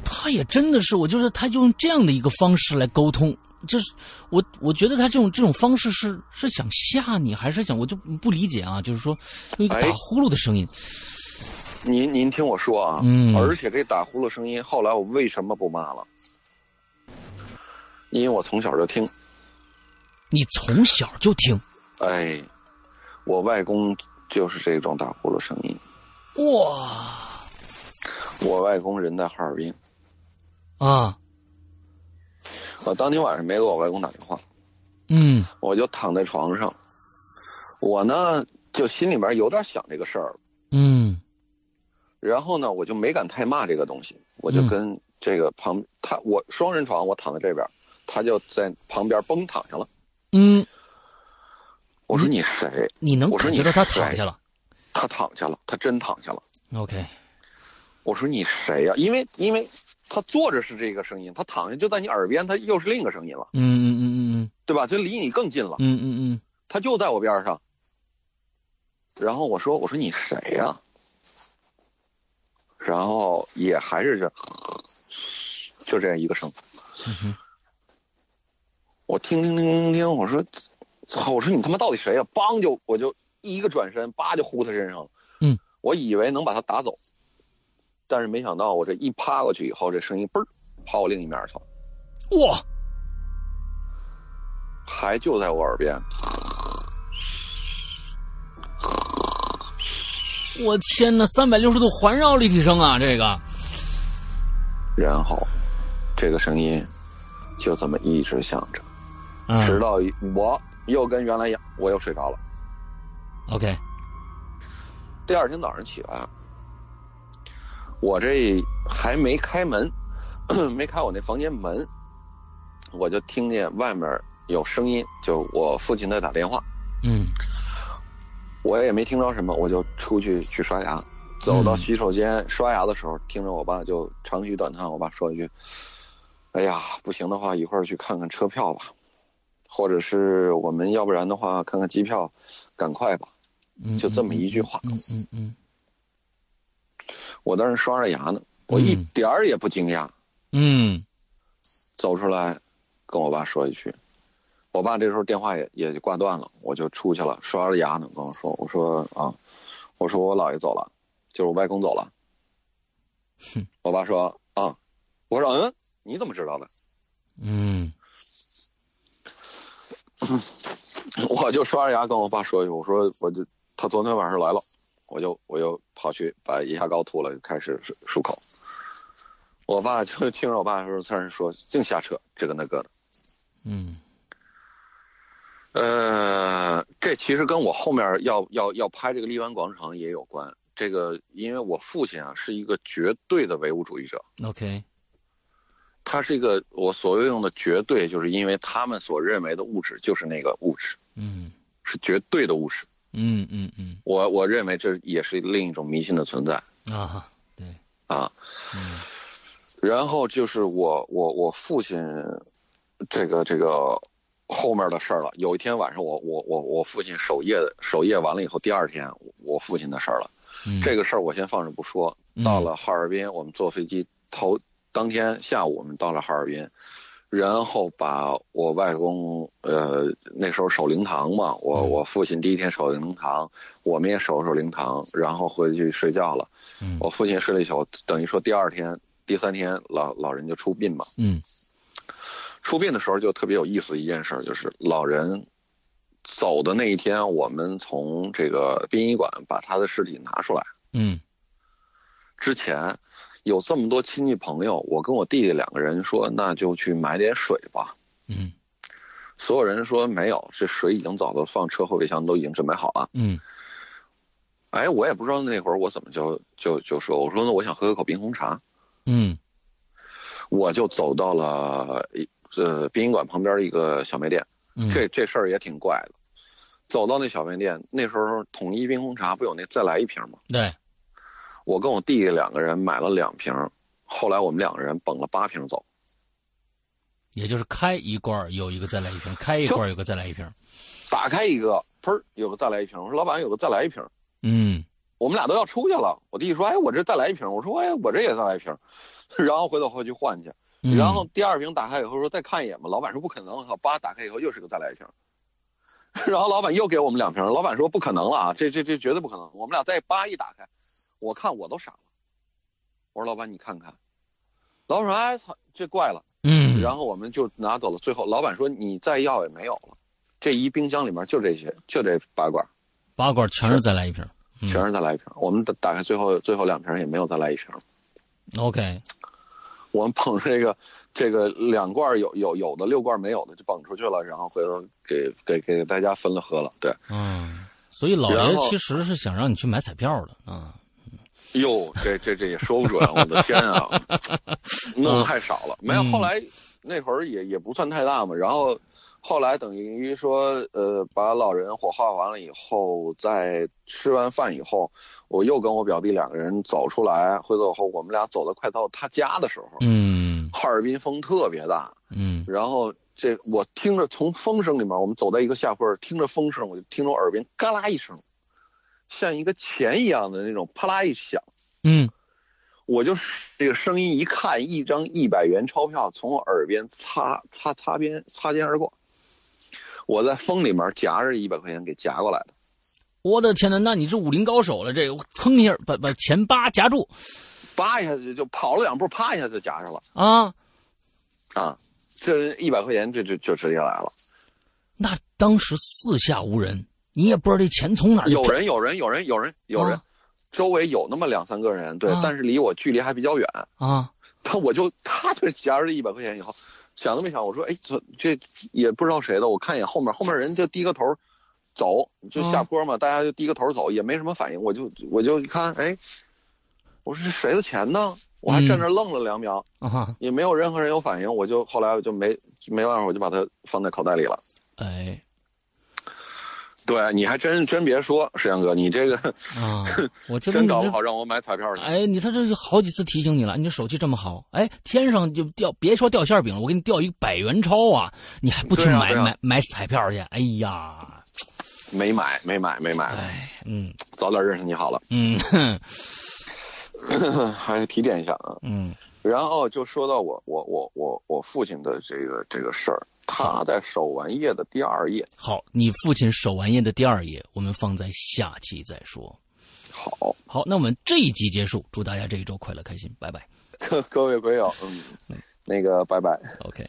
他也真的是，我就是他用这样的一个方式来沟通，就是我我觉得他这种这种方式是是想吓你，还是想我就不理解啊，就是说有一个哎打呼噜的声音，您您听我说啊，嗯而且这打呼噜声音，后来我为什么不骂了？因为我从小就听，你从小就听，哎，我外公就是这种打呼噜声音。哇我外公人在哈尔滨，啊，我当天晚上没给我外公打电话，嗯我就躺在床上，我呢就心里面有点想这个事儿，嗯然后呢我就没敢太骂这个东西，我就嗯跟这个旁他我双人床，我躺在这边，他就在旁边崩躺下了。嗯，我说你谁？你能我说感你觉到他谁躺下了他躺下了，他真躺下了。 ，OK，我说你谁呀、因为因为他坐着是这个声音，他躺下就在你耳边，他又是另一个声音了，嗯嗯嗯对吧？就离你更近了嗯，嗯嗯嗯他就在我边上。然后我说我说你谁呀、然后也还是这，就这样一个声。嗯哼，我听听听听听，我说，操！我说你他妈到底谁呀、梆就我就一个转身，叭就呼他身上了。嗯，我以为能把他打走，但是没想到我这一趴过去以后，这声音嘣儿跑我另一面去了，哇，还就在我耳边。我天呐，三百六十度环绕立体声啊，这个，然后，这个声音就这么一直响着，嗯直到我又跟原来一样，我又睡着了。 ，OK，第二天早上起来，我这还没开门， 没开我那房间门，我就听见外面有声音，就我父亲在打电话，嗯我也没听着什么，我就出去去刷牙。走到洗手间嗯刷牙的时候，听着我爸就长吁短叹，我爸说一句：“哎呀，不行的话，一会儿去看看车票吧。”或者是我们要不然的话看看机票，赶快吧，嗯，就这么一句话。嗯嗯嗯我当时刷着牙呢，我一嗯点儿也不惊讶，嗯走出来跟我爸说一句。我爸这时候电话也也就挂断了，我就出去了，刷着牙呢，跟我说：“我说啊，我说我姥爷走了，就是我外公走了。”哼我爸说：“啊，我说嗯，你怎么知道的？” 嗯我就刷着牙跟我爸说一句，我说我就他昨天晚上来了，我就我就跑去把牙膏吐了，就开始漱漱口。我爸就听着我爸说，在那说净瞎扯，这个那个的。嗯呃，这其实跟我后面要要要拍这个荔湾广场也有关。这个因为我父亲啊是一个绝对的唯物主义者， ，OK，他是一个我所谓用的绝对，就是因为他们所认为的物质就是那个物质，嗯是绝对的物质。嗯嗯嗯我我认为这也是另一种迷信的存在啊哈，对，啊。嗯然后就是我我我父亲，这个这个后面的事儿了。有一天晚上我，我我我父亲守夜守夜完了以后，第二天我我父亲的事儿了。嗯，这个事儿我先放着不说。到了哈尔滨，我们坐飞机头当天下午我们到了哈尔滨，然后把我外公呃那时候守灵堂嘛，我嗯我父亲第一天守灵堂，我们也守守灵堂，然后回去睡觉了。嗯我父亲睡了一宿，等于说第二天、第三天老老人就出殡嘛。嗯出殡的时候就特别有意思的一件事儿，就是老人走的那一天，我们从这个殡仪馆把他的尸体拿出来嗯之前，有这么多亲戚朋友，我跟我弟弟两个人说，那就去买点水吧。嗯所有人说没有，这水已经早都放车后备箱，都已经准备好了。嗯哎，我也不知道那会儿我怎么就就就说，我说那我想喝口冰红茶。嗯我就走到了一呃殡仪馆旁边一个小卖店，嗯，这这事儿也挺怪的。走到那小卖店，那时候统一冰红茶不有那再来一瓶吗？对，我跟我弟弟两个人买了两瓶，后来我们两个人捧了八瓶走。也就是开一罐儿有一个再来一瓶，开一罐儿有个再来一瓶，打开一个，砰儿，有个再来一瓶。我说老板有个再来一瓶，嗯我们俩都要出去了。我弟弟说，哎，我这再来一瓶。我说，哎，我这也再来一瓶。 然后回头回去换去。嗯，然后第二瓶打开以后说再看一眼吧，老板说不可能，我靠，叭打开以后又是个再来一瓶， 然后老板又给我们两瓶，老板说不可能了啊，这这这绝对不可能，我们俩再叭一打开，我看我都傻了，我说老板你看看，老板说哎操这怪了，嗯，然后我们就拿走了，最后老板说你再要也没有了，这一冰箱里面就这些，就这八罐，八罐儿全是再来一瓶，嗯全是再来一瓶，我们打打开最后最后两瓶也没有再来一瓶， OK，我们捧这个这个两罐儿有有有的六罐儿没有的就捧出去了，然后回头给给给大家分了喝了。对，嗯，所以老然爷后其实是想让你去买彩票的，啊，哟，这这这也说不准，我的天啊，弄得太少了。没有，后来那会儿也也不算太大嘛，然后后来等于说呃把老人火化完了以后，在吃完饭以后，我又跟我表弟两个人走出来，回头以后我们俩走的快到他家的时候，嗯哈尔滨风特别大，嗯然后这我听着从风声里面，我们走在一个下坡，听着风声，我就听着我耳边嘎啦一声，像一个钱一样的那种啪啦一响，嗯，我就这个声音一看，一张一百元钞票从我耳边擦擦擦边擦肩而过，我在风里面夹着一百块钱给夹过来的，我的天呐，那你是武林高手了，这个我蹭一下把把前八夹住叭一下子就跑了两步，啪一下就夹上了啊，啊，这一百块钱就就就直接来了。那当时四下无人，你也不知道这钱从哪儿有人，有人，有人，有人，有人啊，周围有那么两三个人，对啊，但是离我距离还比较远。啊，但我就他就夹着一百块钱以后，想都没想，我说哎，这这也不知道谁的，我看一眼后面，后面人就低个头走，就下哦坡嘛，大家就低个头走，也没什么反应，我就我就一看，哎，我说这谁的钱呢？我还嗯站那儿愣了两秒，啊，也没有任何人有反应，我就后来我就没没办法，我就把它放在口袋里了。哎，对，你还真真别说，石阳哥，你 这个 啊，我觉得真你搞不这好让我买彩票去。哎，你他这就好几次提醒你了，你这手气这么好，哎，天上就掉，别说掉馅儿饼了，我给你掉一个百元钞啊，你还不去对啊买、对啊买买彩票去？哎呀，没买，没买，没买，哎，嗯早点认识你好了， 嗯 哼还得提点一下啊。嗯然后就说到我我我我我父亲的这个这个事儿，他在守完夜的第二夜，好，你父亲守完夜的第二夜，我们放在下期再说。好，好，那我们这一集结束，祝大家这一周快乐开心，拜拜。各各位鬼友，嗯，那个拜拜。 OK。